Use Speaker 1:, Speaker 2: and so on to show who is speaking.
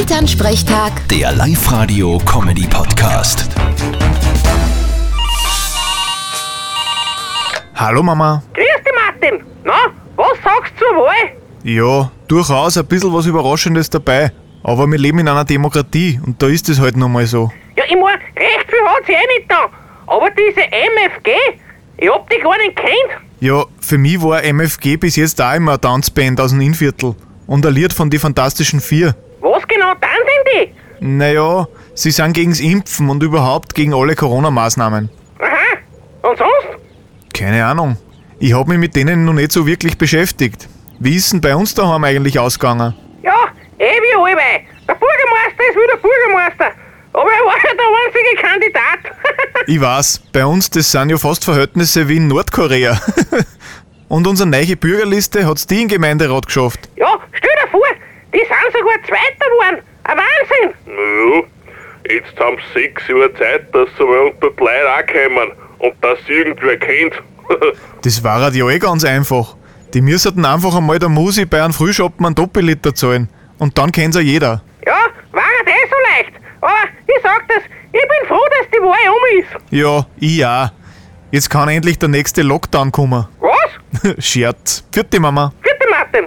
Speaker 1: Elternsprechtag,
Speaker 2: Der Live-Radio-Comedy-Podcast.
Speaker 3: Hallo Mama.
Speaker 4: Grüß dich, Martin. Na, was sagst du zur Wahl?
Speaker 3: Ja, durchaus ein bisschen was Überraschendes dabei. Aber wir leben in einer Demokratie und da ist es halt nun mal so.
Speaker 4: Ja, ich mein, recht viel hat's eh nicht da. Aber diese MFG, ich hab die gar nicht kennt.
Speaker 3: Ja, für mich war MFG bis jetzt auch immer eine Tanzband aus dem Innviertel. Und ein Lied von die Fantastischen Vier.
Speaker 4: Was genau dann denn die?
Speaker 3: Naja, sie sind gegens Impfen und überhaupt gegen alle Corona-Maßnahmen.
Speaker 4: Aha. Und sonst?
Speaker 3: Keine Ahnung. Ich habe mich mit denen noch nicht so wirklich beschäftigt. Wie ist denn bei uns daheim eigentlich ausgegangen?
Speaker 4: Ja, eh wie allweil. Der Bürgermeister ist wieder Bürgermeister. Aber er war ja der einzige Kandidat.
Speaker 3: Ich weiß, bei uns, das sind ja fast Verhältnisse wie in Nordkorea. Und unsere neue Bürgerliste hat's die in Gemeinderat geschafft.
Speaker 4: ja, stell dir vor, die sind sogar Zweiter geworden. Ein Wahnsinn.
Speaker 5: Ja, jetzt haben sie sechs Jahre Zeit, dass sie mal unter die Leute ankommen und dass sie irgendwer kennt.
Speaker 3: Das war halt ja eh ganz einfach. Die müssten einfach einmal der Musi bei einem Frühschoppen einen Doppelliter zahlen. Und dann kennt's ja jeder.
Speaker 4: Ja, war das so leicht. Aber ich sag das, ich bin froh, dass die Wahl um ist.
Speaker 3: Ja, ich ja. Jetzt kann endlich der nächste Lockdown kommen.
Speaker 4: Was?
Speaker 3: Scherz. Vierte Mama.
Speaker 4: Bitte, Martin.